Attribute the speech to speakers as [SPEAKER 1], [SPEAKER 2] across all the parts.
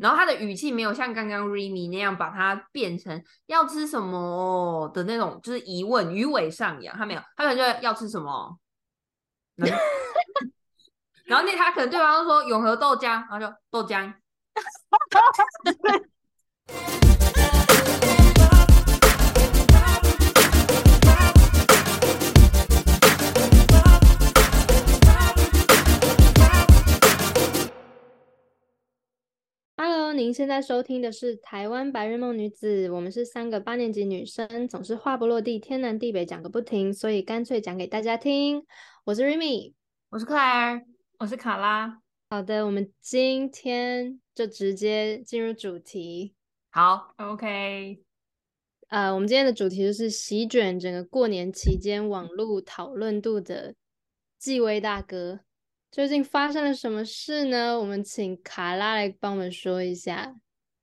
[SPEAKER 1] 然后他的语气没有像刚刚 Remy 那样把它变成要吃什么的那种，就是疑问鱼尾上扬，他没有，他可能就要吃什么，然 后然后那他可能对方说永和豆浆，然后就豆浆，
[SPEAKER 2] Hello，您现在收听的是《台湾白日梦女子》，我们是三个八年级女生，总是话不落地，天南地北讲个不停，所以干脆讲给大家听。我是 Remy。
[SPEAKER 1] 我是克莱尔，我是卡拉，
[SPEAKER 2] 好的，我们今天就直接进入主题。
[SPEAKER 1] 好，
[SPEAKER 3] OK，
[SPEAKER 2] 呃，我们今天的主题就是席卷整个过年期间网络讨论度的纪威大哥，究竟发生了什么事呢？我们请卡拉来帮我们说一下。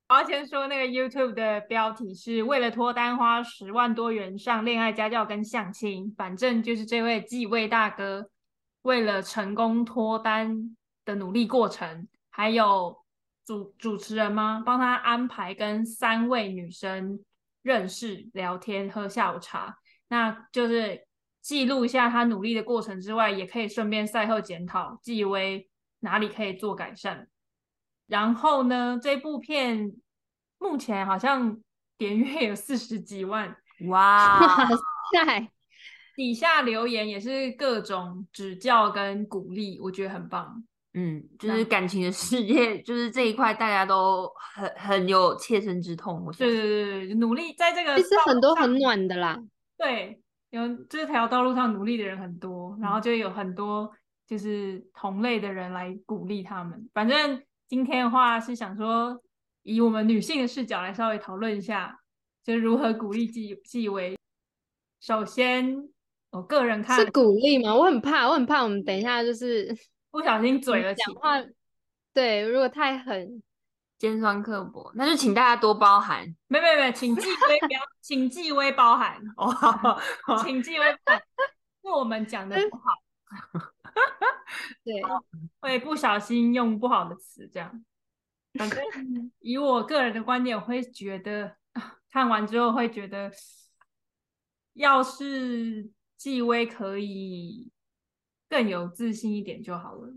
[SPEAKER 3] 我要先说那个 YouTube 的标题是为了脱单花十万多元上恋爱家教跟相亲，反正就是这位继位大哥为了成功脱单的努力过程，还有主主持人吗？帮他安排跟三位女生认识、聊天、喝下午茶，那就是记录一下他努力的过程之外，也可以顺便赛后检讨纪薇哪里可以做改善。然后呢，这部片目前好像点阅有四十几万，
[SPEAKER 1] 哇
[SPEAKER 2] 哇，塞，
[SPEAKER 3] 底下留言也是各种指教跟鼓励，我觉得很棒。
[SPEAKER 1] 嗯，就是感情的世界， 就是这一块大家都很很有切身之痛，我觉
[SPEAKER 3] 对
[SPEAKER 1] 得
[SPEAKER 3] 对对对，努力在这个
[SPEAKER 2] 其实
[SPEAKER 3] 道
[SPEAKER 2] 很
[SPEAKER 3] 路
[SPEAKER 2] 多
[SPEAKER 3] 上
[SPEAKER 2] 很暖的啦。
[SPEAKER 3] 对，有这条道路上努力的人很多，
[SPEAKER 2] 嗯
[SPEAKER 3] 然后就有很多就是同类的人来鼓励他们。反正今天的话是想说，以我们女性的视角来稍微讨论一下，就是如何鼓励纪纪委。首先，我个人看
[SPEAKER 2] 是鼓励吗？我很怕，我很怕我们等一下就是
[SPEAKER 3] 不小心嘴了起
[SPEAKER 2] 讲话，对，如果太狠，
[SPEAKER 1] 尖酸刻薄，那就请大家多包 涵
[SPEAKER 3] 没没没，请纪微 不要，请纪微包涵，
[SPEAKER 1] 哦。
[SPEAKER 3] 请纪微包涵，是我们讲
[SPEAKER 2] 嗯
[SPEAKER 3] 的不好，
[SPEAKER 2] 对，
[SPEAKER 3] 哦会不小心用不好的词这样。反正以我个人的观点，我会觉得 啊看完之后会觉得，要是纪微可以更有自信一点就好了，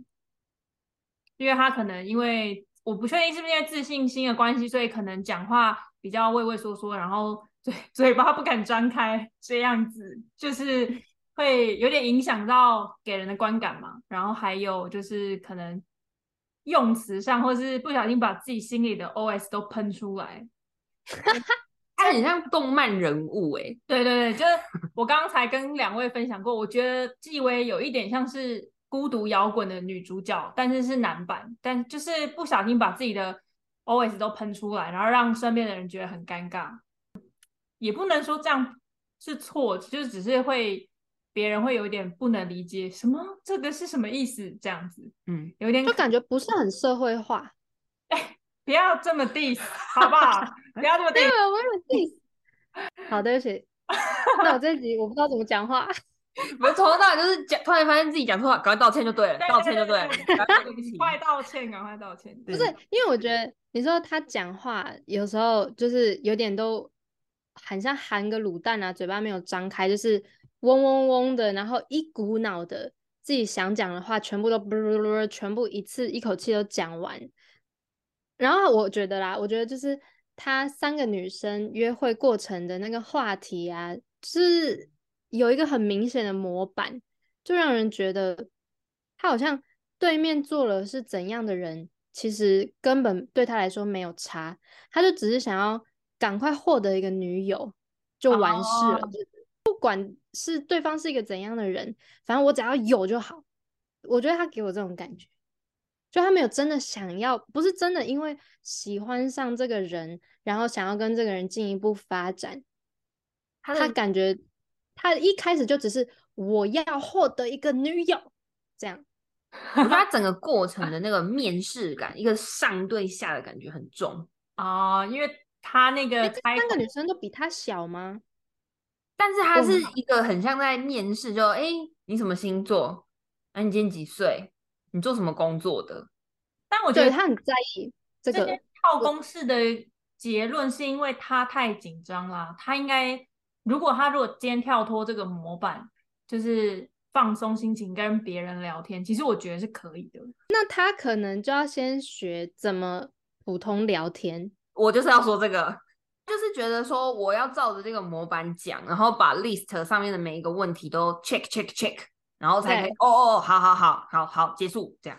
[SPEAKER 3] 因为他可能因为我不确定是不是因为自信心的关系，所以可能讲话比较畏畏缩缩，然后嘴 嘴巴不敢张开，这样子就是会有点影响到给人的观感嘛。然后还有就是可能用词上，或是不小心把自己心里的 OS 都喷出来，
[SPEAKER 1] 他很像动漫人物哎、
[SPEAKER 3] 对对对，就是我刚才跟两位分享过，我觉得纪薇有一点像是孤独摇滚的女主角，但是是男版，但就是不小心把自己的 OS 都喷出来，然后让身边的人觉得很尴尬。也不能说这样是错，就只是会别人会有点不能理解，什么这个是什么意思？这样子
[SPEAKER 1] 嗯，
[SPEAKER 3] 有点
[SPEAKER 2] 就感觉不是很社会化。
[SPEAKER 3] 不要这么 diss 好不好？不要这么
[SPEAKER 2] 对，
[SPEAKER 3] diss。
[SPEAKER 2] 我有意思。好，对不 起，那我这集我不知道怎么讲话。
[SPEAKER 1] 我从头到尾就是讲，突然发现自己讲错话，赶快道歉就对了，道歉就对了，赶快对不起。
[SPEAKER 3] 快道歉，赶快道歉。
[SPEAKER 1] 不
[SPEAKER 2] 不是，因为我觉得你说他讲话有时候就是有点都很像含个卤蛋啊，嘴巴没有张开，就是嗡嗡嗡的，然后一股脑的自己想讲的话全部都全部一次一口气都讲完。然后我觉得啦，我觉得就是他三个女生约会过程的那个话题啊，就是有一个很明显的模板，就让人觉得他好像对面坐了是怎样的人，其实根本对他来说没有差，他就只是想要赶快获得一个女友就完事了，
[SPEAKER 3] 哦
[SPEAKER 2] 就不管是对方是一个怎样的人，反正我只要有就好。我觉得他给我这种感觉，就他没有真的想要，不是真的因为喜欢上这个人，然后想要跟这个人进一步发展。
[SPEAKER 1] 他
[SPEAKER 2] 他
[SPEAKER 3] 嗯
[SPEAKER 1] 的
[SPEAKER 2] 感觉他一开始就只是我要获得一个女友这样。
[SPEAKER 1] 我觉得他整个过程的那个面试感，一个上对下的感觉很重。
[SPEAKER 3] 哦，因为他那
[SPEAKER 2] 哎、
[SPEAKER 3] 个
[SPEAKER 2] 这
[SPEAKER 3] 开
[SPEAKER 2] 三个
[SPEAKER 3] 口
[SPEAKER 2] 女生都比他小吗？
[SPEAKER 1] 但是他
[SPEAKER 2] 嗯
[SPEAKER 1] 是一个很像在面试，就哎、诶你什么星座？啊，你今年几岁？你做什么工作的？
[SPEAKER 3] 但我觉
[SPEAKER 2] 对
[SPEAKER 3] 得
[SPEAKER 2] 他很在意这
[SPEAKER 3] 这
[SPEAKER 2] 个
[SPEAKER 3] 些，套公式的结论是因为他太紧张啦，他应该如果他如果今天跳脱这个模板，就是放松心情跟别人聊天，其实我觉得是可以的。
[SPEAKER 2] 那他可能就要先学怎么普通聊天。
[SPEAKER 1] 我就是要说这个，就是觉得说我要照着这个模板讲，然后把 list 上面的每一个问题都 check check check，然后才可以
[SPEAKER 2] 对
[SPEAKER 1] 哦哦，好好好好好结束这样。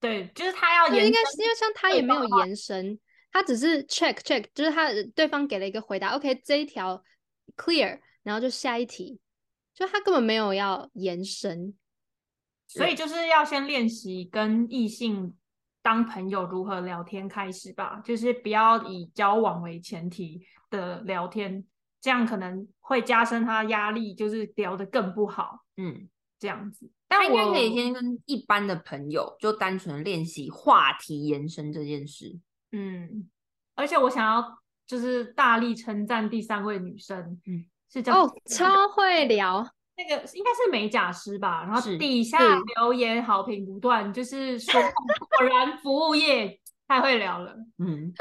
[SPEAKER 3] 对，就是他要
[SPEAKER 2] 那
[SPEAKER 3] 延
[SPEAKER 2] 应该
[SPEAKER 3] 伸
[SPEAKER 2] 是因为像他也没有延伸，他只是 check check，就是他对方给了一个回答，OK 这一条 clear，然后就下一题，就他根本没有要延伸。
[SPEAKER 3] 所以就是要先练习跟异性当朋友如何聊天开始吧，就是不要以交往为前提的聊天，这样可能会加深他压力，就是聊得更不好
[SPEAKER 1] 嗯，
[SPEAKER 3] 这样子。
[SPEAKER 1] 他
[SPEAKER 3] 但
[SPEAKER 1] 应该
[SPEAKER 3] 我
[SPEAKER 1] 可以先跟一般的朋友就单纯练习话题延伸这件事。
[SPEAKER 3] 嗯，而且我想要就是大力称赞第三位女生，
[SPEAKER 1] 嗯
[SPEAKER 3] 嗯，是叫
[SPEAKER 2] 哦，超会聊，
[SPEAKER 3] 那个应该是美甲师吧，然后
[SPEAKER 1] 是
[SPEAKER 3] 底下
[SPEAKER 2] 是
[SPEAKER 3] 留言好评不断，就是说果然服务业太会聊了，
[SPEAKER 1] 嗯，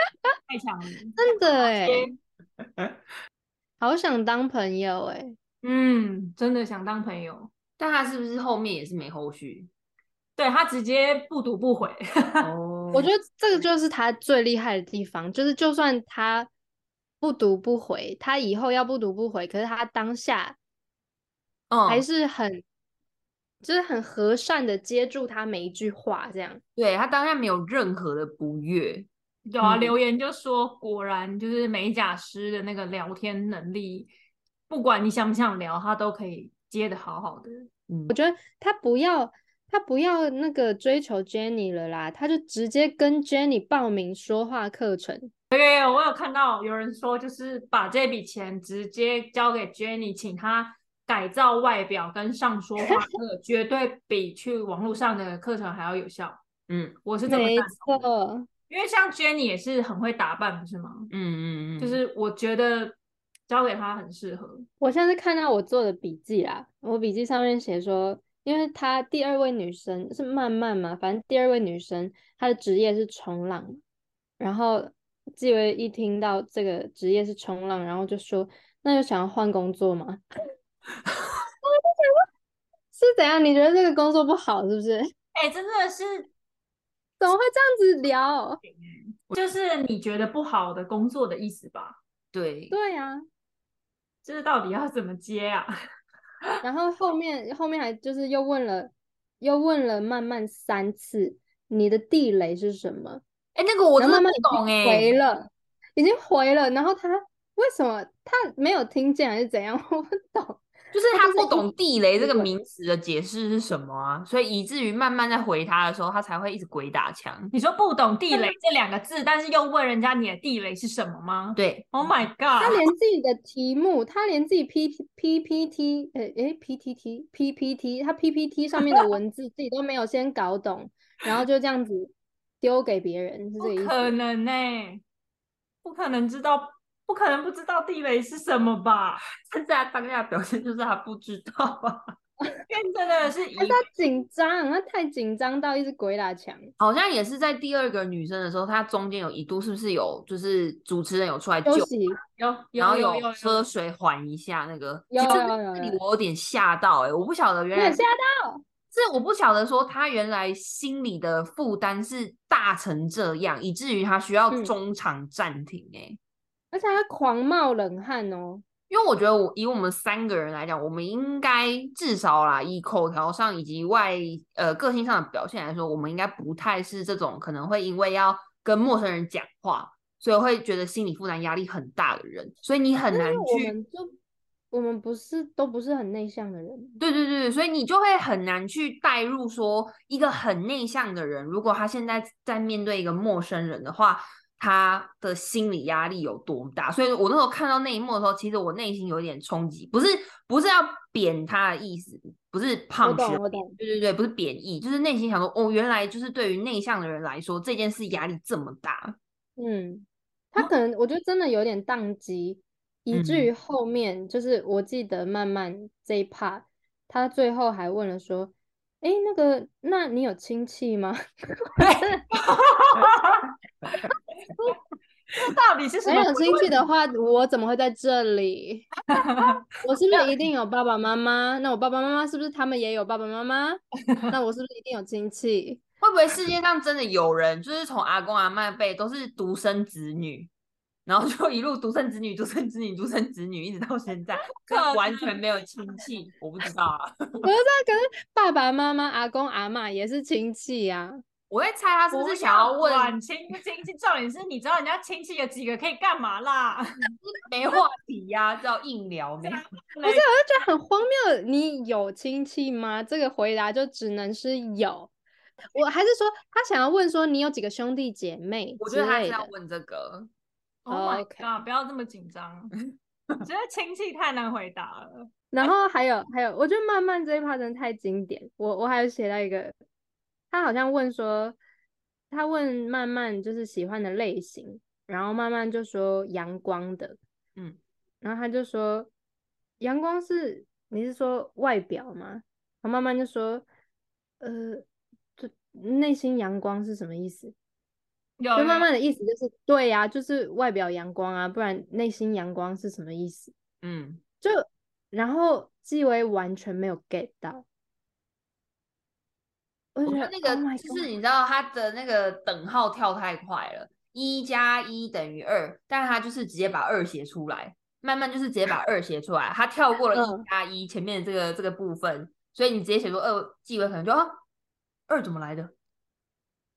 [SPEAKER 3] 太强了。
[SPEAKER 2] 真的哎，
[SPEAKER 3] 天
[SPEAKER 2] 好想当朋友哎。
[SPEAKER 3] 嗯，真的想当朋友，
[SPEAKER 1] 但他是不是后面也是没后续？
[SPEAKER 3] 对他直接不读不回，
[SPEAKER 1] 哦，
[SPEAKER 2] 我觉
[SPEAKER 3] 嗯
[SPEAKER 2] 得这个就是他最厉害的地方，就是就算他不读不回，他以后要不读不回，可是他当下
[SPEAKER 1] 嗯，
[SPEAKER 2] 还是很，就是很和善的接住他每一句话，这样。
[SPEAKER 1] 对他当然没有任何的不悦。
[SPEAKER 3] 有啊，
[SPEAKER 1] 嗯
[SPEAKER 3] 留言就说果然就是美甲师的那个聊天能力，不管你想不想聊，他都可以接的好好的。
[SPEAKER 1] 嗯，
[SPEAKER 2] 他不要，他不要那个追求 Jenny 了啦，他就直接跟 Jenny 报名说话课程。
[SPEAKER 3] 对，我有看到有人说，就是把这笔钱直接交给 Jenny，请她改造外表跟上说话课，绝对比去网络上的课程还要有效。
[SPEAKER 1] 嗯
[SPEAKER 3] 我是这么
[SPEAKER 2] 没
[SPEAKER 3] 看，
[SPEAKER 2] 错，
[SPEAKER 3] 因为像 Jenny 也是很会打扮，不是吗？
[SPEAKER 1] 嗯嗯嗯，
[SPEAKER 3] 就是我觉得交给她很适合。
[SPEAKER 2] 我上次看到我做的笔记啦，我笔记上面写说，因为她第二位女生是曼曼嘛，反正第二位女生她的职业是冲浪，然后纪薇一听到这个职业是冲浪，然后就说，那就想要换工作吗？我就 想说，是怎样？你觉得这个工作不好是不 是？
[SPEAKER 3] 哎，真的是，
[SPEAKER 2] 怎么会这样子聊？
[SPEAKER 3] 就是你觉得不好的工作的意思吧？
[SPEAKER 1] 对，
[SPEAKER 2] 对啊呀、
[SPEAKER 3] 这到底要怎么接啊？
[SPEAKER 2] 然后后面后面还就是又问了，又问了曼曼三次，你的地雷是什么？
[SPEAKER 1] 哎、那个我
[SPEAKER 2] 然
[SPEAKER 1] 真的
[SPEAKER 2] 后慢慢
[SPEAKER 1] 不懂哎、
[SPEAKER 2] 回了，已经回了，然后他为什么他没有听见还是怎样？ 我不懂。
[SPEAKER 1] 就是
[SPEAKER 2] 他
[SPEAKER 1] 他
[SPEAKER 2] 就
[SPEAKER 1] 不
[SPEAKER 2] 是一
[SPEAKER 1] 懂地雷这个
[SPEAKER 2] 对
[SPEAKER 1] 名词的解释是什么啊，所以以至于慢慢在回他的时候，他才会一直鬼打墙。
[SPEAKER 3] 你说不懂地雷这两个字，但是又问人家你的地雷是什么吗？
[SPEAKER 1] 对，
[SPEAKER 3] Oh my
[SPEAKER 2] 他
[SPEAKER 3] god！
[SPEAKER 2] 连自己的题目，他连自己 P P P T，呃，诶 P T T P P T，他 P P T 上面的文字自己都没有先搞懂，然后就这样子丢给别人，是这个意
[SPEAKER 3] 不
[SPEAKER 2] 思？
[SPEAKER 3] 可能呢、不可能知道，不可能不知道地雷是什么吧？
[SPEAKER 1] 但是他当下的表现就是他不知道啊，
[SPEAKER 3] 因为真的是以
[SPEAKER 2] 但 是他紧张，他太紧张到一直鬼打墙。
[SPEAKER 1] 好像也是在第二个女生的时候，他中间有一度是不是有就是主持人有出来
[SPEAKER 2] 休
[SPEAKER 1] 救，
[SPEAKER 2] 息，
[SPEAKER 3] 有
[SPEAKER 1] 然后
[SPEAKER 3] 有有有
[SPEAKER 1] 喝水缓一下那个，
[SPEAKER 2] 有
[SPEAKER 1] 其实
[SPEAKER 2] 有有
[SPEAKER 1] 那
[SPEAKER 2] 有
[SPEAKER 1] 里
[SPEAKER 2] 有
[SPEAKER 1] 我有点吓到哎、我不晓得原
[SPEAKER 2] 你有
[SPEAKER 1] 来
[SPEAKER 2] 吓到？
[SPEAKER 1] 是我不晓得说他原来心里的负担是大成这样，以至于他需要
[SPEAKER 2] 嗯
[SPEAKER 1] 中场暂停哎、
[SPEAKER 2] 而且他狂冒冷汗哦。
[SPEAKER 1] 因为我觉得我以我们三个人来讲，我们应该至少啦，以口条上以及外呃个性上的表现来说，我们应该不太是这种可能会因为要跟陌生人讲话，所以会觉得心理负担压力很大的人，所以你很
[SPEAKER 2] 啊但
[SPEAKER 1] 难
[SPEAKER 2] 是我
[SPEAKER 1] 去
[SPEAKER 2] 们就我们不是都不是很内向的人，
[SPEAKER 1] 对对对，所以你就会很难去带入说一个很内向的人，如果他现在在面对一个陌生人的话，他的心理压力有多大。所以我那时候看到那一幕的时候，其实我内心有一点冲击，不是不是要贬他的意思，不是
[SPEAKER 2] 我
[SPEAKER 1] 胖学
[SPEAKER 2] 懂，我懂，
[SPEAKER 1] 对对对，不是贬义，就是内心想说，哦，原来就是对于内向的人来说，这件事压力这么大。
[SPEAKER 2] 嗯，他可能我觉得真的有点宕机，以至
[SPEAKER 1] 嗯
[SPEAKER 2] 于后面就是我记得慢慢这一 part，他最后还问了说，诶，那个， 那你有亲戚吗？我真的
[SPEAKER 3] 到底是什
[SPEAKER 2] 没
[SPEAKER 3] 么
[SPEAKER 2] 有亲
[SPEAKER 3] 鬼
[SPEAKER 2] 戚
[SPEAKER 3] 问
[SPEAKER 2] 的
[SPEAKER 3] 题，
[SPEAKER 2] 话，我怎么会在这里？ 我是不是一定有爸爸妈妈？那我爸爸妈妈是不是他们也有爸爸妈妈？那我是不是一定有亲戚？
[SPEAKER 1] 会不会世界上真的有人，就是从阿公阿妈辈都是独生子女，然后就一路独生子女、独生子女、独生子女，一直到现 在，就
[SPEAKER 3] 可
[SPEAKER 1] 完全没有亲戚，我不知道啊。
[SPEAKER 2] 我就知道，可是爸爸妈妈、阿公阿嬷也是亲戚啊呀、
[SPEAKER 1] 我会猜他是不
[SPEAKER 3] 不
[SPEAKER 1] 是想要问
[SPEAKER 3] 管亲不亲戚，重点是你知道人家亲戚有几个可以干嘛啦？
[SPEAKER 1] 没话题呀、这叫硬聊没？
[SPEAKER 2] 不是，我就觉得很荒谬。你有亲戚吗？这个回答就只能是有。我还是说，他想要问说你有几个兄弟姐妹
[SPEAKER 1] 我觉
[SPEAKER 2] 之
[SPEAKER 1] 得他是
[SPEAKER 2] 类
[SPEAKER 1] 要
[SPEAKER 2] 的。
[SPEAKER 1] 问这个。
[SPEAKER 3] ，Oh my
[SPEAKER 2] OK
[SPEAKER 3] god！不要这么紧张，觉得亲戚太难回答了。
[SPEAKER 2] 然后还有还有，我觉得慢慢这一趴真的太经典。我我还有写到一个，他好像问说，他问慢慢就是喜欢的类型，然后慢慢就说阳光的，
[SPEAKER 1] 嗯，
[SPEAKER 2] 然后他就说阳光是你是说外表吗？然后慢慢就说，呃，就内心阳光是什么意思？
[SPEAKER 3] 有
[SPEAKER 2] 就
[SPEAKER 3] 有
[SPEAKER 2] 慢慢的意思就是对呀、就是外表阳光啊，不然内心阳光是什么意思？
[SPEAKER 1] 嗯，
[SPEAKER 2] 就然后纪薇完全没有 get 到，我就
[SPEAKER 1] 我
[SPEAKER 2] 觉
[SPEAKER 1] 觉
[SPEAKER 2] 得
[SPEAKER 1] 得那个
[SPEAKER 2] oh my
[SPEAKER 1] 就是你
[SPEAKER 2] God
[SPEAKER 1] 知道他的那个等号跳太快了，一加一等于二，但是他就是直接把二写出来，慢慢就是直接把二写出来，他跳过了一
[SPEAKER 2] 嗯
[SPEAKER 1] 加一前面的这个这个部分，所以你直接写出二，纪委可能就啊，二怎么来的？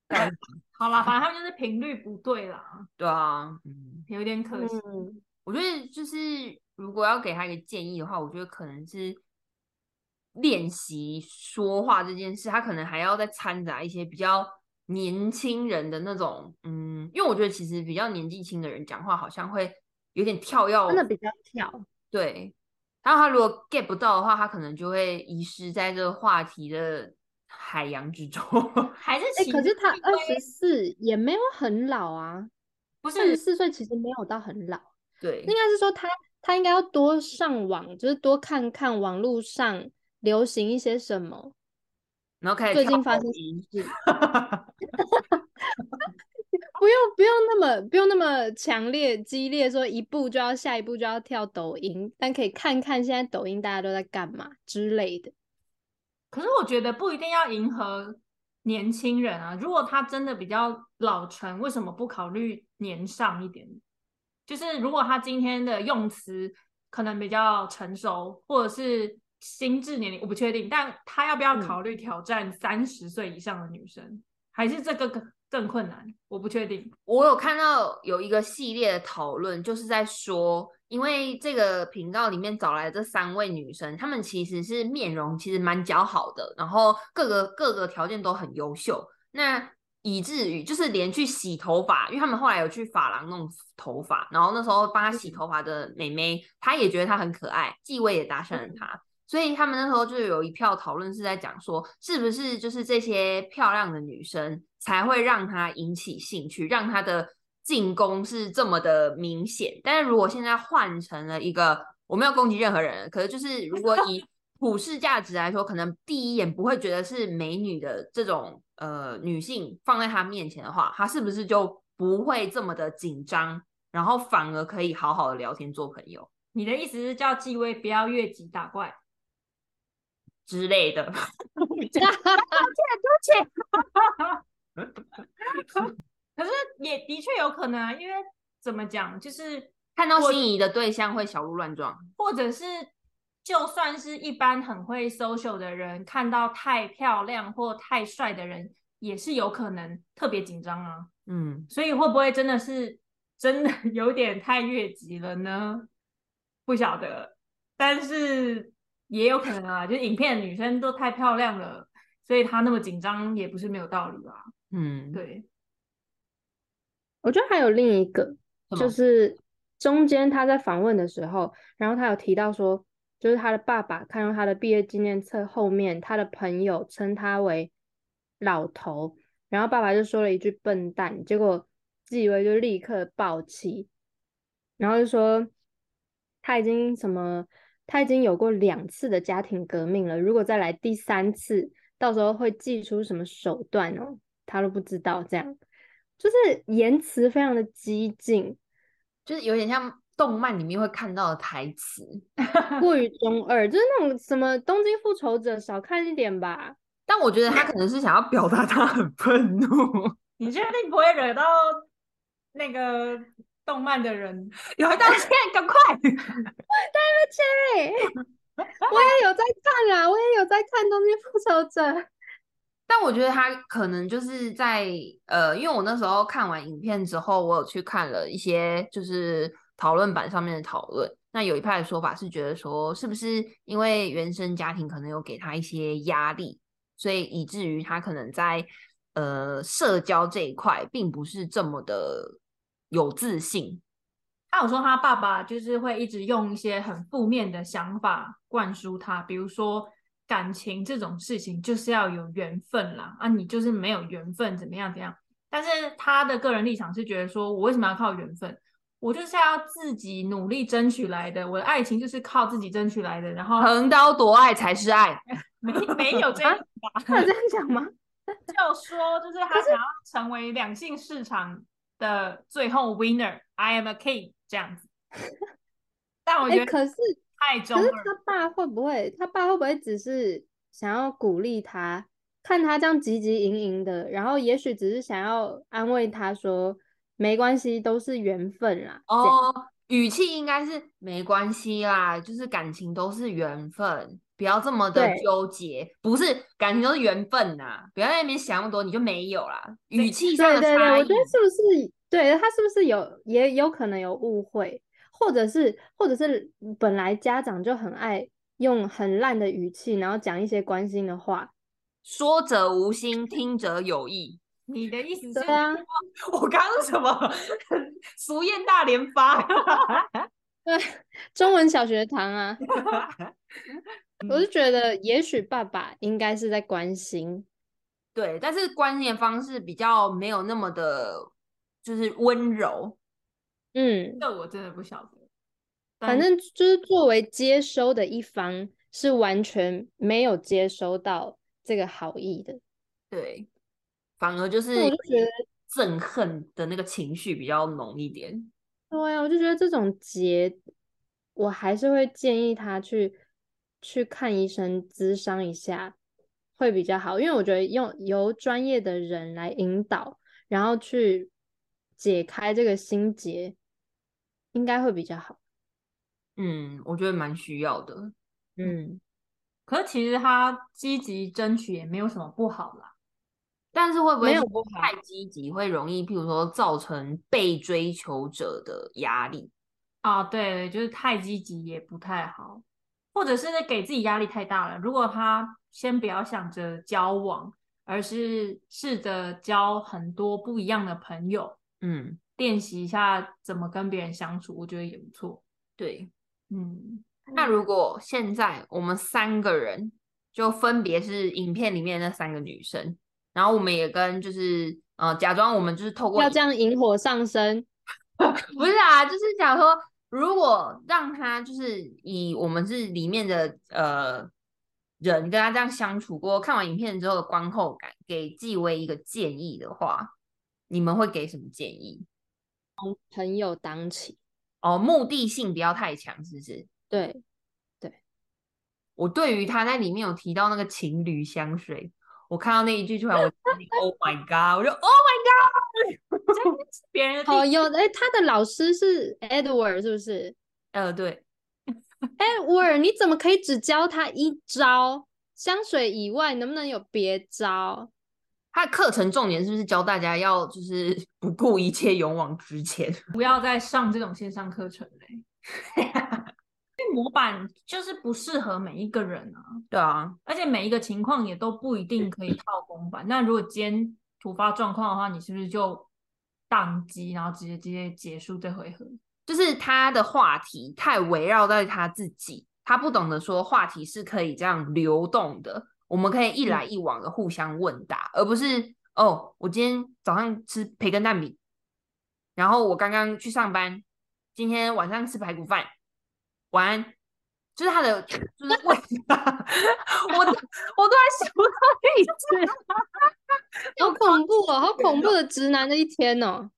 [SPEAKER 1] 干
[SPEAKER 3] 好了，反正他们就是频率不对啦，
[SPEAKER 1] 对啊，嗯，
[SPEAKER 3] 有点可惜。
[SPEAKER 2] 嗯，
[SPEAKER 1] 我觉得就是如果要给他一个建议的话，我觉得可能是练习说话这件事，他可能还要再掺杂一些比较年轻人的那种，嗯，因为我觉得其实比较年纪轻的人讲话好像会有点跳要
[SPEAKER 2] 真的比较跳，
[SPEAKER 1] 对，然后他如果 get 不到的话，他可能就会遗失在这个话题的海洋之中。
[SPEAKER 3] 还是
[SPEAKER 2] 哎、
[SPEAKER 3] 其
[SPEAKER 2] 可
[SPEAKER 3] 实
[SPEAKER 2] 是他
[SPEAKER 3] 纪
[SPEAKER 2] 二
[SPEAKER 3] 薇
[SPEAKER 2] 十四也没有很老啊，
[SPEAKER 3] 不
[SPEAKER 2] 二十
[SPEAKER 3] 是
[SPEAKER 2] 四岁其实没有到很老，
[SPEAKER 1] 对
[SPEAKER 2] 应，该是说他他应该要多上网，就是多看看网络上流行一些什么，
[SPEAKER 1] 然后开始
[SPEAKER 2] 最
[SPEAKER 1] 跳
[SPEAKER 2] 近发
[SPEAKER 1] 抖
[SPEAKER 2] 生什
[SPEAKER 1] 音
[SPEAKER 2] 么事。不用不用那么不用那么强烈激烈，说一步就要下一步就要跳抖音，但可以看看现在抖音大家都在干嘛之类的。
[SPEAKER 3] 可是我觉得不一定要迎合年轻人啊。如果他真的比较老成，为什么不考虑年上一点？就是如果他今天的用词可能比较成熟，或者是心智年龄，我不确定，但他要不要
[SPEAKER 2] 嗯
[SPEAKER 3] 考虑挑战三十岁以上的女生，还是这个更更困难？我不确定。
[SPEAKER 1] 我有看到有一个系列的讨论，就是在说，因为这个频道里面找来的这三位女生，她们其实是面容其实蛮姣好的，然后各个各个条件都很优秀，那以至于就是连去洗头发，因为他们后来有去发廊弄头发，然后那时候帮她洗头发的美眉，她也觉得她很可爱，继位也搭讪了
[SPEAKER 2] 嗯
[SPEAKER 1] 她，所以他们那时候就有一票讨论是在讲说，是不是就是这些漂亮的女生才会让她引起兴趣，让她的进攻是这么的明显。但是如果现在换成了一个，我没有攻击任何人，可是就是如果以普世价值来说，可能第一眼不会觉得是美女的这种呃女性放在她面前的话，她是不是就不会这么的紧张，然后反而可以好好的聊天做朋友
[SPEAKER 3] 你的意思是叫纪薇不要越级打怪？
[SPEAKER 1] 之类的？
[SPEAKER 3] 可是也的确有可能啊，因为怎么讲，就是
[SPEAKER 1] 看到
[SPEAKER 3] 我
[SPEAKER 1] 心仪的对象会小鹿乱撞，
[SPEAKER 3] 或者是就算是一般很会 social 的人，看到太漂亮或太帅的人，也是有可能特别紧张啊。
[SPEAKER 1] 嗯，
[SPEAKER 3] 所以会不会真的是真的 有点太越级了呢？不晓得，但是也有可能啊，就是影片的女生都太漂亮了，所以她那么紧张也不是没有道理吧？
[SPEAKER 1] 嗯，
[SPEAKER 3] 对，
[SPEAKER 2] 我觉得还有另一个，
[SPEAKER 1] 什
[SPEAKER 2] 就
[SPEAKER 1] 么
[SPEAKER 2] 是中间他在访问的时候，然后他有提到说，就是他的爸爸看到他的毕业纪念册后面，他的朋友称他为老头，然后爸爸就说了一句“笨蛋”，结果纪薇就立刻爆气，然后就说他已经什么，他已经有过两次的家庭革命了，如果再来第三次，到时候会祭出什么手段哦，他都不知道这样。就是言辞非常的激进，
[SPEAKER 1] 就是有点像动漫里面会看到的台词。
[SPEAKER 2] 过于中二，就是那种什么《东京复仇者》，少看一点吧。
[SPEAKER 1] 但我觉得他可能是想要表达他很愤怒，
[SPEAKER 3] 你确定不会惹到那个动漫的人？啊
[SPEAKER 1] 有道 歉，赶快！
[SPEAKER 2] 对，我也有在看啊啦，我也有在看《东京复仇者》。
[SPEAKER 1] 但我觉得他可能就是在呃，因为我那时候看完影片之后，我有去看了一些就是讨论版上面的讨论。那有一派的说法是觉得说，是不是因为原生家庭可能有给他一些压力，所以以至于他可能在呃社交这一块并不是这么的有自信。
[SPEAKER 3] 他有说他爸爸就是会一直用一些很负面的想法灌输他，比如说感情这种事情就是要有缘分啦，啊，你就是没有缘分怎么样怎样。但是他的个人立场是觉得说，我为什么要靠缘分？我就是要自己努力争取来的，我的爱情就是靠自己争取来的。然 后
[SPEAKER 1] 横刀夺爱才是爱，
[SPEAKER 3] 没没有这样吧？
[SPEAKER 2] 他有这样讲吗？
[SPEAKER 3] 就说就是他想要成为两性市场的最后 winner，I am a king 这 样子。但我
[SPEAKER 2] 哎、
[SPEAKER 3] 觉得
[SPEAKER 2] 可是
[SPEAKER 3] 太中
[SPEAKER 2] 可是
[SPEAKER 3] 二
[SPEAKER 2] 他爸会不会？他爸会不会只是想要鼓励他？看他这样汲汲营营的，然后也许只是想要安慰他说，没关系，都是缘分啦。这样，
[SPEAKER 1] 哦，语气应该是没关系啦，就是感情都是缘分，不要这么的
[SPEAKER 2] 对
[SPEAKER 1] 纠结，不是感情都是缘分呐，不要在那边想那么多，你就没有啦。语气上
[SPEAKER 2] 对
[SPEAKER 1] 的
[SPEAKER 2] 对对，
[SPEAKER 1] 差
[SPEAKER 2] 我
[SPEAKER 1] 异
[SPEAKER 2] 觉，得是不是对他是不是有也有可能有误会，或者是或者是本来家长就很爱用很烂的语气，然后讲一些关心的话。
[SPEAKER 1] 说者无心，听者有意。
[SPEAKER 3] 你的意思
[SPEAKER 2] 对
[SPEAKER 3] 是
[SPEAKER 2] 啊，
[SPEAKER 1] 我刚刚什么俗谚大连发？
[SPEAKER 2] 中文小学堂啊， 我是觉得也许爸爸应该是在关心，
[SPEAKER 1] 对，但是观念方式比较没有那么的，就是温柔。
[SPEAKER 2] 嗯，
[SPEAKER 3] 这我真的不晓得。
[SPEAKER 2] 反
[SPEAKER 3] 但
[SPEAKER 2] 正就是作为接收的一方是完全没有接收到这个好意的，
[SPEAKER 1] 对，反而就是
[SPEAKER 2] 那我就觉得
[SPEAKER 1] 憎恨的那个情绪比较浓一点。
[SPEAKER 2] 对啊，我就觉得这种结，我还是会建议他去去看医生，咨商一下会比较好，因为我觉得用由专业的人来引导，然后去解开这个心结，应该会比较好。
[SPEAKER 1] 嗯，我觉得蛮需要的。
[SPEAKER 2] 嗯，
[SPEAKER 3] 可是其实他积极争取也没有什么不好啦。
[SPEAKER 1] 但是会不
[SPEAKER 2] 没
[SPEAKER 1] 会
[SPEAKER 2] 有
[SPEAKER 1] 是
[SPEAKER 2] 不好
[SPEAKER 1] 太积极，会容易譬如说造成被追求者的压力？
[SPEAKER 3] 啊，对，就是太积极也不太好，或者是给自己压力太大了。如果他先不要想着交往，而是试着交很多不一样的朋友，
[SPEAKER 1] 嗯，
[SPEAKER 3] 练习一下怎么跟别人相处，我觉得也不错。
[SPEAKER 1] 对。
[SPEAKER 3] 嗯，
[SPEAKER 1] 那如果现在我们三个人就分别是影片里面那三个女生，然后我们也跟就是呃假装我们就是透过
[SPEAKER 2] 要
[SPEAKER 1] 影
[SPEAKER 2] 这样引火上身，
[SPEAKER 1] 不是啊，就是想说，如果让他就是以我们是里面的呃人跟他这样相处过，看完影片之后的观后感，给纪薇一个建议的话，你们会给什么建议？
[SPEAKER 2] 朋友当起，
[SPEAKER 1] 哦，目的性不要太强，是不是？
[SPEAKER 2] 对，
[SPEAKER 1] 我对于他在里面有提到那个情侣香水，我看到那一句出来，我 Oh my God！我就 Oh my
[SPEAKER 3] 别人的地
[SPEAKER 2] 哦，有，哎，他的老师是 Edward 是不是？
[SPEAKER 1] God！呃，对，
[SPEAKER 2] 哎，沃尔，你怎么可以只教他一招？香水以外，能不能有别招？
[SPEAKER 1] 他的课程重点是不是教大家要就是 不顾一切勇往直前？
[SPEAKER 3] 不要再上这种线上课程嘞，因为模板就是不适合每一个人啊。
[SPEAKER 1] 对啊，
[SPEAKER 3] 而且每一个情况也都不一定可以套公版。那如果今天突发状况的话，你是不是就宕机，然后直接直接结束这回合？
[SPEAKER 1] 就是他的话题太围绕在他自己，他不懂得说话题是可以这样流动的，我们可以一来一往的互相问答，而不是哦，我今天早上吃培根蛋饼，然后我刚刚去上班，今天晚上吃排骨饭，晚安。就是他的，就是问答，我突我突然想不到例子，
[SPEAKER 2] 好恐怖哦，好恐怖的直男的一天哦！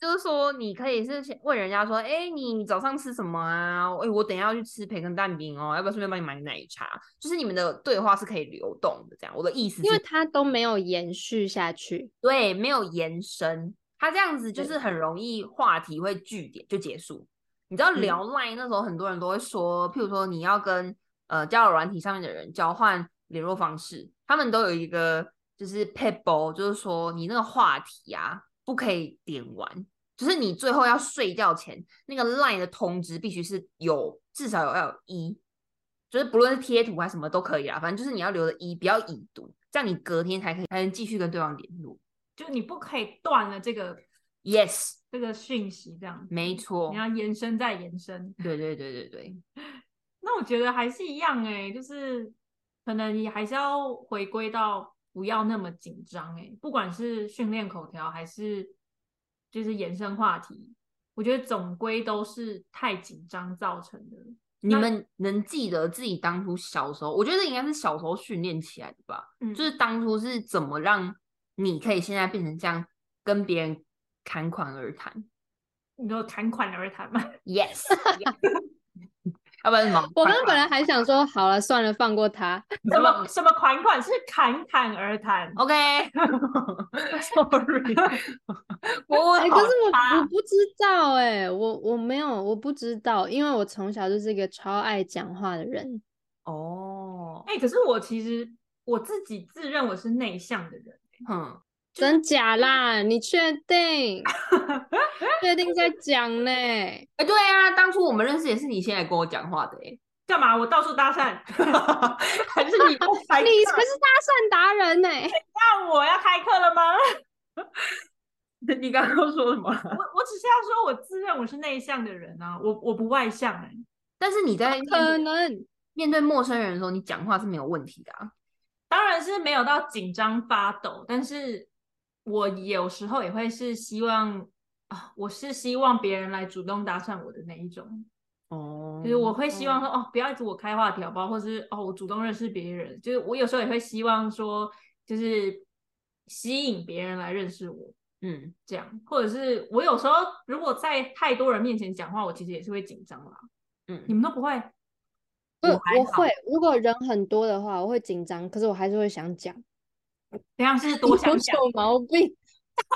[SPEAKER 1] 就是说你可以是先问人家说，哎、你早上吃什么啊？哎、我等一下要去吃培根蛋饼哦，要不要顺便帮你买奶茶？就是你们的对话是可以流动的，这样。我的意思是，
[SPEAKER 2] 因为它都没有延续下去。
[SPEAKER 1] 对，没有延伸，他这样子就
[SPEAKER 2] 对
[SPEAKER 1] 是很容易话题会据点就结束。你知道
[SPEAKER 2] 嗯
[SPEAKER 1] 聊 Line 那时候很多人都会说，譬如说你要跟呃交友软体上面的人交换联络方式，他们都有一个就是 pebble，就是说你那个话题啊不可以点完，就是你最后要睡觉前那个 Line 的通知必须是有至少有要有一，就是不论是贴图还是什么都可以啦，反正就是你要留着一，不要已读，这样你隔天才可以才能继续跟对方联络。
[SPEAKER 3] 就你不可以断了这个
[SPEAKER 1] Yes，
[SPEAKER 3] 这个讯息，这样
[SPEAKER 1] 没错
[SPEAKER 3] 你，要延伸再延伸。
[SPEAKER 1] 对对对对对，
[SPEAKER 3] 那我觉得还是一样哎、就是可能你还是要回归到不要那么紧张哎，不管是训练口条还是就是延伸话题，我觉得总归都是太紧张造成的。
[SPEAKER 1] 你
[SPEAKER 3] 那
[SPEAKER 1] 们能记得自己当初小时候，我觉得应该是小时候训练起来的吧，
[SPEAKER 3] 嗯，
[SPEAKER 1] 就是当初是怎么让你可以现在变成这样跟别人侃侃而谈
[SPEAKER 3] 你说侃侃而 谈嘛，
[SPEAKER 1] ，Yes，要不然什么？
[SPEAKER 2] 我刚刚本来还想说，好了，算了，放 过他。
[SPEAKER 3] 什么什么款款是侃侃而谈，
[SPEAKER 2] 哦
[SPEAKER 1] OK，Sorry，我
[SPEAKER 2] 哎、
[SPEAKER 1] 问
[SPEAKER 2] 可
[SPEAKER 1] 好
[SPEAKER 2] 是我
[SPEAKER 1] 差
[SPEAKER 2] 我不知道哎、我我没有，我不知道，因为我从小就是一个超爱讲话的人。
[SPEAKER 1] 哦，
[SPEAKER 3] 哎、可是我其实我自己自认我是内向的人，
[SPEAKER 1] 哼，
[SPEAKER 2] 真假啦？你确 定？确定在讲呢？
[SPEAKER 1] 哎，对啊，当初我们认识也是你先来跟我讲话的，哎，
[SPEAKER 3] 干嘛？我到处 搭讪，
[SPEAKER 1] 还是你不开
[SPEAKER 2] 你可是搭讪达人呢、
[SPEAKER 3] 那我要开课了吗？
[SPEAKER 1] 课？你刚刚说什么？
[SPEAKER 3] 我我只是要说，我自认我是内向的人啊，我我不外向哎、
[SPEAKER 1] 但是你在面
[SPEAKER 2] 可
[SPEAKER 1] 对
[SPEAKER 2] 能
[SPEAKER 1] 面对陌生人的时候，你讲话是没有问题的啊。
[SPEAKER 3] 当然是没有到紧张发抖，但是我有时候也会是希望啊，我是希望别人来主动搭讪我的那一种，
[SPEAKER 1] 哦
[SPEAKER 3] 就是我会希望说哦，不要一直我开话题好不好，或是哦，我主动认识别人，就是我有时候也会希望说，就是吸引别人来认识我。
[SPEAKER 1] 嗯，
[SPEAKER 3] 这样，或者是我有时候如果在太多人面前讲话，我其实也是会紧张啦。
[SPEAKER 1] 嗯
[SPEAKER 3] 你们都不会，
[SPEAKER 2] 不，
[SPEAKER 1] 我还
[SPEAKER 2] 我
[SPEAKER 1] 好
[SPEAKER 2] 会。如果人很多的话，我会紧张，可是我还是会想讲。
[SPEAKER 3] 等一下是多
[SPEAKER 2] 有
[SPEAKER 3] 想讲，
[SPEAKER 2] 有毛病？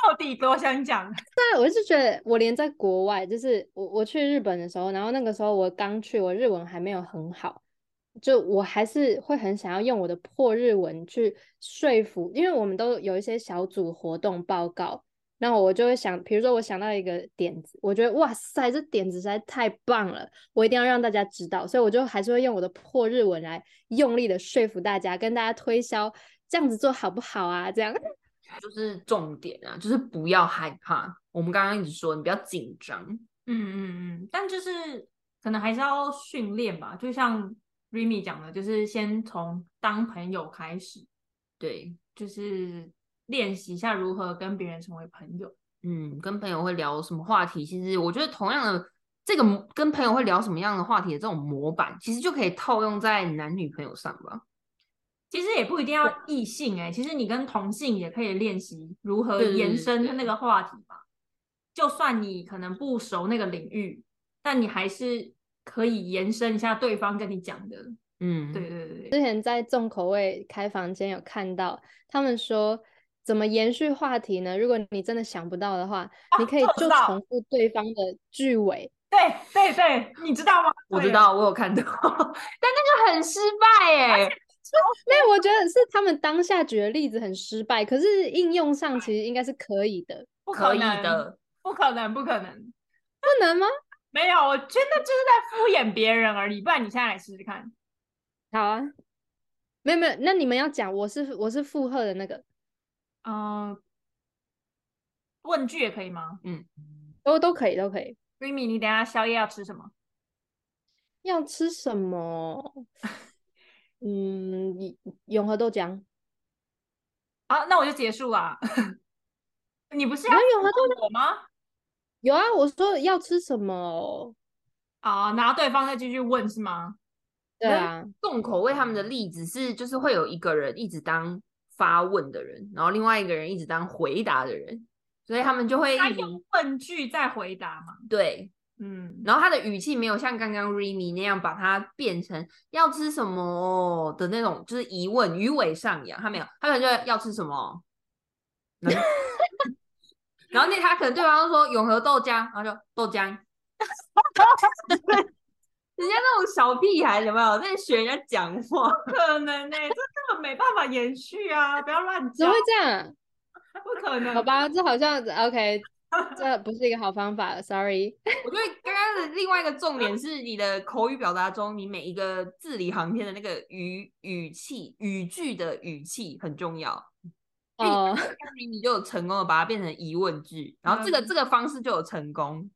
[SPEAKER 3] 到底多想讲？
[SPEAKER 2] 对，我是觉得我连在国外，就是我我去日本的时候，然后那个时候我刚去，我日文还没有很好，就我还是会很想要用我的破日文去说服，因为我们都有一些小组活动报告，那我就会想，比如说我想到一个点子，我觉得哇塞，这点子实在太棒了，我一定要让大家知道，所以我就还是会用我的破日文来用力的说服大家，跟大家推销这样子做好不好啊？这样。
[SPEAKER 1] 就是重点啊，就是不要害怕。我们刚刚一直说，你不要紧张。
[SPEAKER 3] 嗯嗯嗯，但就是可能还是要训练吧，就像 Remy 讲的，就是先从当朋友开始，
[SPEAKER 1] 对，
[SPEAKER 3] 就是练习一下如何跟别人成为朋友。
[SPEAKER 1] 嗯，跟朋友会聊什么话题？其实我觉得同样的，这个模跟朋友会聊什么样的话题的这种模板，其实就可以套用在男女朋友上吧。
[SPEAKER 3] 其实也不一定要异性哎、其实你跟同性也可以练习如何
[SPEAKER 1] 对对
[SPEAKER 3] 延
[SPEAKER 1] 对
[SPEAKER 3] 伸
[SPEAKER 1] 对
[SPEAKER 3] 那个话题嘛。就算你可能不熟那个领域，但你还是可以延伸一下对方跟你讲的。
[SPEAKER 1] 嗯，
[SPEAKER 3] 对，对对
[SPEAKER 2] 之
[SPEAKER 3] 对，
[SPEAKER 2] 前在重口味开房间有看到，他们说怎么延续话题呢？如果你真的想不到的话，你
[SPEAKER 3] 啊
[SPEAKER 2] 可以
[SPEAKER 3] 这我知
[SPEAKER 2] 就
[SPEAKER 3] 道
[SPEAKER 2] 重复对方的句尾。
[SPEAKER 3] 对对对，你知道吗？
[SPEAKER 1] 我
[SPEAKER 3] 对
[SPEAKER 1] 知，
[SPEAKER 3] 啊
[SPEAKER 1] 道，我有看到， 但那就很失败哎、
[SPEAKER 2] 那我觉得是他们当下举的例子很失败，可是应用上其实应该是可以的，
[SPEAKER 3] 不
[SPEAKER 1] 可以
[SPEAKER 3] 能，
[SPEAKER 1] 的。
[SPEAKER 3] 不可能，不可能，
[SPEAKER 2] 不能吗？
[SPEAKER 3] 没有，我真的就是在敷衍别人而已。不然你现在来试试看。
[SPEAKER 2] 好啊，没有没有，那你们要讲，我是我是附和的那个，
[SPEAKER 3] 嗯、问句也可以吗
[SPEAKER 1] 嗯，
[SPEAKER 2] 都都可以都可以。
[SPEAKER 3] ？Remy，你等一下宵夜要吃什么？
[SPEAKER 2] 要吃什 么？嗯，永永和豆浆。
[SPEAKER 3] 好，那我就结束了。 你不是要
[SPEAKER 2] 没有啊
[SPEAKER 3] 问我吗？
[SPEAKER 2] 有啊，我说要吃什么？
[SPEAKER 3] 啊，然后对方再继续问是吗？
[SPEAKER 2] 对
[SPEAKER 1] 那
[SPEAKER 2] 啊。
[SPEAKER 1] 重口味他们的例子是，就是会有一个人一直当发问的人，然后另外一个人一直当回答的人，所以他们就会
[SPEAKER 3] 他
[SPEAKER 1] 以
[SPEAKER 3] 用问句再回答嘛。
[SPEAKER 1] 对，
[SPEAKER 3] 嗯，
[SPEAKER 1] 然后他的语气没有像刚刚 Remy 那样把它变成要吃什么的那种，就是疑问鱼尾上扬，他没有，他可能就要吃什么，然后 然后那他可能对方说永和豆浆，然后就豆 浆，人家那种小屁孩有没有在学人家讲话？
[SPEAKER 3] 不可能呢、欸这根本没办法延续啊！不要乱
[SPEAKER 2] 怎
[SPEAKER 3] 讲
[SPEAKER 2] 么会，这样？
[SPEAKER 3] 不可 能。
[SPEAKER 2] 好，吧，这好像 OK，这不是一个好方法，Sorry。
[SPEAKER 1] 我觉得刚刚的另外一个重点是你的口语表达中，你每一个字里行间的那个语语气、语句的语气很重要。因为
[SPEAKER 2] 哦，
[SPEAKER 1] 你你就有成功的把它变成疑问句，然后这个、这个方式就有成功。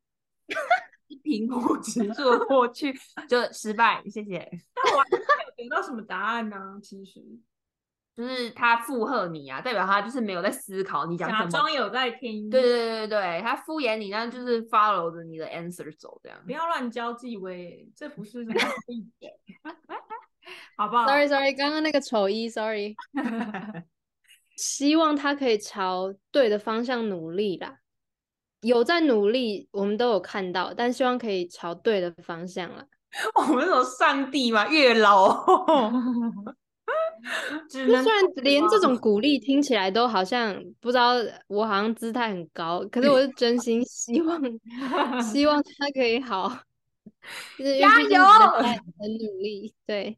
[SPEAKER 1] 评估指数的过去就失败，谢谢。
[SPEAKER 3] 但我还没有得到什么答案呢、其实
[SPEAKER 1] 就是他附和你啊，代表他就是没有在思考你讲
[SPEAKER 3] 假
[SPEAKER 1] 什么。
[SPEAKER 3] 装有在听，
[SPEAKER 1] 对对对对对，他敷衍你，但就是 follow 着你的 answer 走这样。
[SPEAKER 3] 不要乱交际喂，这不是什么好意见， 好不好
[SPEAKER 2] Sorry Sorry，刚刚那个丑一，Sorry，希望他可以朝对的方向努力啦。有在努力，我们都有看到，但希望可以朝对的方向啦。
[SPEAKER 1] 我们那种上帝嘛，月 老。
[SPEAKER 3] 只
[SPEAKER 1] 嗯
[SPEAKER 2] 就
[SPEAKER 3] 能
[SPEAKER 2] 虽然连这
[SPEAKER 3] 望
[SPEAKER 2] 种鼓励听起来都好像不知道，我好像姿态很高，可是我是真心希望，希望他可以好，就是因为
[SPEAKER 1] 加
[SPEAKER 2] 毕竟我们
[SPEAKER 1] 油
[SPEAKER 2] 在很努力，对，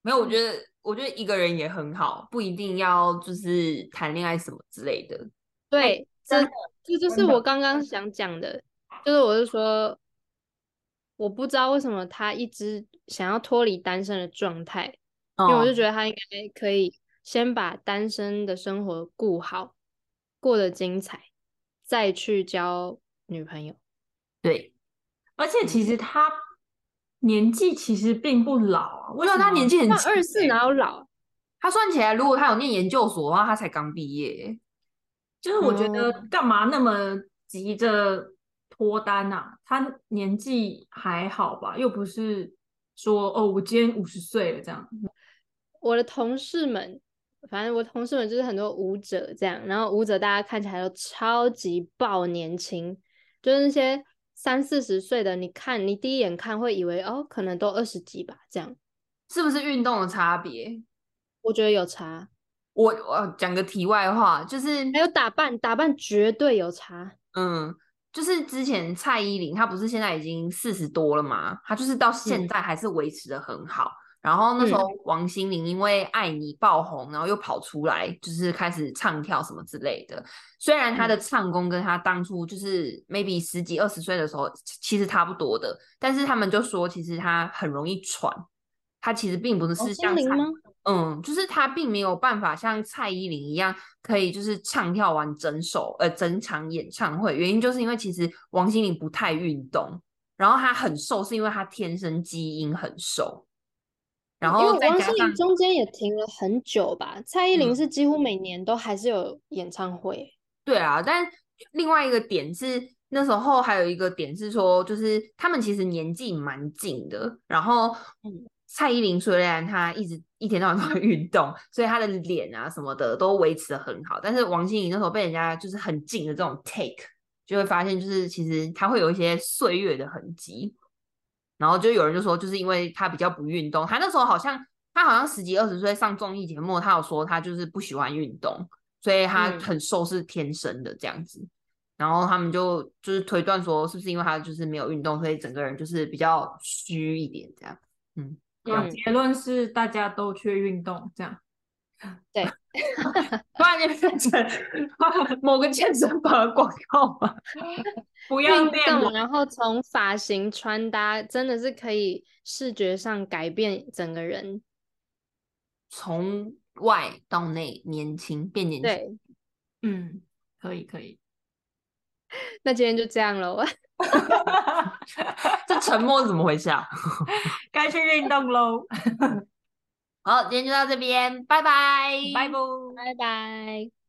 [SPEAKER 1] 没有，我觉得，我觉得一个人也很好，不一定要就是谈恋爱什么之类的。
[SPEAKER 2] 对，这
[SPEAKER 1] 真的
[SPEAKER 2] 哦这就
[SPEAKER 1] 真
[SPEAKER 2] 是
[SPEAKER 1] 的
[SPEAKER 2] 我刚刚想讲的，就是我是说，我不知道为什么他一直想要脱离单身的状态，因为我
[SPEAKER 1] 哦
[SPEAKER 2] 就觉得他应该可以先把单身的生活顾好，过得精彩，再去交女朋友。
[SPEAKER 1] 对，
[SPEAKER 3] 而且其实他年纪其实并不老啊，
[SPEAKER 1] 我
[SPEAKER 3] 为
[SPEAKER 1] 觉
[SPEAKER 3] 什
[SPEAKER 1] 得
[SPEAKER 3] 么
[SPEAKER 1] 他年纪很
[SPEAKER 2] 那
[SPEAKER 1] 轻
[SPEAKER 2] 二十四
[SPEAKER 1] 欸
[SPEAKER 2] 哪有老啊？
[SPEAKER 1] 他算起来，如果他有念研究所的话，他才刚毕业。
[SPEAKER 3] 就是我觉得
[SPEAKER 2] 哦
[SPEAKER 3] 干嘛那么急着脱单啊？他年纪还好吧，又不是说哦，我今天五十岁了这样。
[SPEAKER 2] 我的同事们，反正我同事们就是很多舞者这样，然后舞者大家看起来都超级爆年轻，就是那些三四十岁的，你看你第一眼看会以为哦，可能都二十几吧，这样
[SPEAKER 1] 是不是运动的差别？
[SPEAKER 2] 我觉得有差，
[SPEAKER 1] 我我讲个题外话，就是
[SPEAKER 2] 还有打扮，打扮绝对有差。
[SPEAKER 1] 嗯，就是之前蔡依林，她不是现在已经四十多了嘛，她就是到现
[SPEAKER 2] 嗯
[SPEAKER 1] 在还是维持的很好。然后那时
[SPEAKER 2] 嗯
[SPEAKER 1] 候王心凌因为《爱你》爆红，然后又跑出来，就是开始唱跳什么之类的。虽然
[SPEAKER 2] 嗯
[SPEAKER 1] 她的唱功跟她当初就是 maybe 十几二十岁的时候其其实差不多的，但是他们就说其实她很容易喘，她其实并不
[SPEAKER 2] 王
[SPEAKER 1] 哦是
[SPEAKER 2] 心
[SPEAKER 1] 像
[SPEAKER 2] 凌
[SPEAKER 1] 蔡
[SPEAKER 2] 吗？
[SPEAKER 1] 嗯，就是他并没有办法像蔡依林一样，可以就是唱跳完整首呃整场演唱会。原因就是因为其实王心凌不太运动，然后她很瘦是因为她天生基因很瘦，然
[SPEAKER 2] 嗯因
[SPEAKER 1] 后
[SPEAKER 2] 为
[SPEAKER 1] 再
[SPEAKER 2] 王
[SPEAKER 1] 加
[SPEAKER 2] 心
[SPEAKER 1] 上
[SPEAKER 2] 凌中间也停了很久吧，蔡依林
[SPEAKER 1] 嗯
[SPEAKER 2] 是几乎每年都还是有演唱会。
[SPEAKER 1] 对啊，但另外一个点是，那时候还有一个点是说，就是他们其实年纪蛮近的。然后
[SPEAKER 2] 嗯
[SPEAKER 1] 蔡依林虽然她一直一天到晚都在运动，所以她的脸啊什么的都维持的很好，但是王心凌那时候被人家就是很近的这种 take，就会发现就是其实她会有一些岁月的痕迹。然后就有人就说，就是因为她比较不运动，她那时候好像她好像十几二十岁上综艺节目，她有说她就是不喜欢运动。所以他
[SPEAKER 2] 嗯
[SPEAKER 1] 很瘦是天生的这样子。然后他们就就是推断说，是不是因为他就是没有运动，所以整个人就是比较虚一点这样。嗯，
[SPEAKER 3] 啊
[SPEAKER 2] 嗯
[SPEAKER 3] 结论是大家都缺运动这样。
[SPEAKER 1] 突然间变成某个健身房的广告嘛。
[SPEAKER 3] 不要
[SPEAKER 2] 运
[SPEAKER 3] 变
[SPEAKER 2] 动，
[SPEAKER 3] 我，
[SPEAKER 2] 然后从发型、穿搭，真的是可以视觉上改变整个人。
[SPEAKER 1] 从外到内年轻变年轻，
[SPEAKER 2] 对，
[SPEAKER 3] 嗯，可以可以。
[SPEAKER 2] 那今天就这样了，
[SPEAKER 1] 这沉默是怎么回事啊？
[SPEAKER 3] 该去运动喽，
[SPEAKER 1] 好，今天就到这边，拜拜，
[SPEAKER 3] 拜拜。
[SPEAKER 2] 拜拜。